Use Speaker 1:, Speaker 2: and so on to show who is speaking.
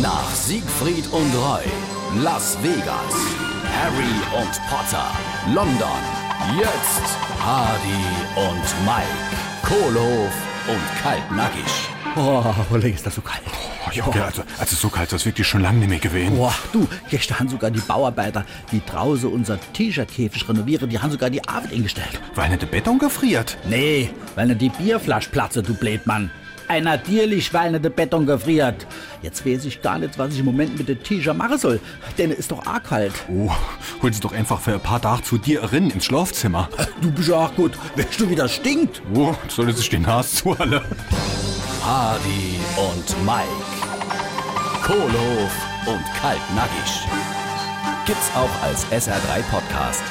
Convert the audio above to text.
Speaker 1: Nach Siegfried und Roy, Las Vegas, Harry und Potter, London, jetzt Hardy und Mike, Kohlehof und Kaltnackig.
Speaker 2: Boah, Holling, ist das so kalt.
Speaker 3: Oh, ich hab gedacht, also, also so kalt, das wirklich schon lange nicht mehr gewesen.
Speaker 2: Boah, oh, du, gestern haben sogar die Bauarbeiter, die draußen unser T-Shirt-Käfig renovieren, die haben sogar die Arbeit eingestellt.
Speaker 3: Weil nicht der Beton gefriert.
Speaker 2: Nee, weil nicht die Bierflasche platze, du Blödmann. Ein natürlich, weil nicht der Beton gefriert. Jetzt weiß ich gar nicht, was ich im Moment mit dem T-Shirt machen soll, denn es ist doch arg kalt.
Speaker 3: Oh, holen Sie doch einfach für ein paar Tage zu dir rein ins Schlafzimmer.
Speaker 2: Du bist ja auch gut, weißt du, wie das stinkt?
Speaker 3: Oh, sollte sich die Nase zuhalten.
Speaker 1: Hardy und Mike, Kohlehof und Kaltnackig. Gibt's auch als SR3 Podcast.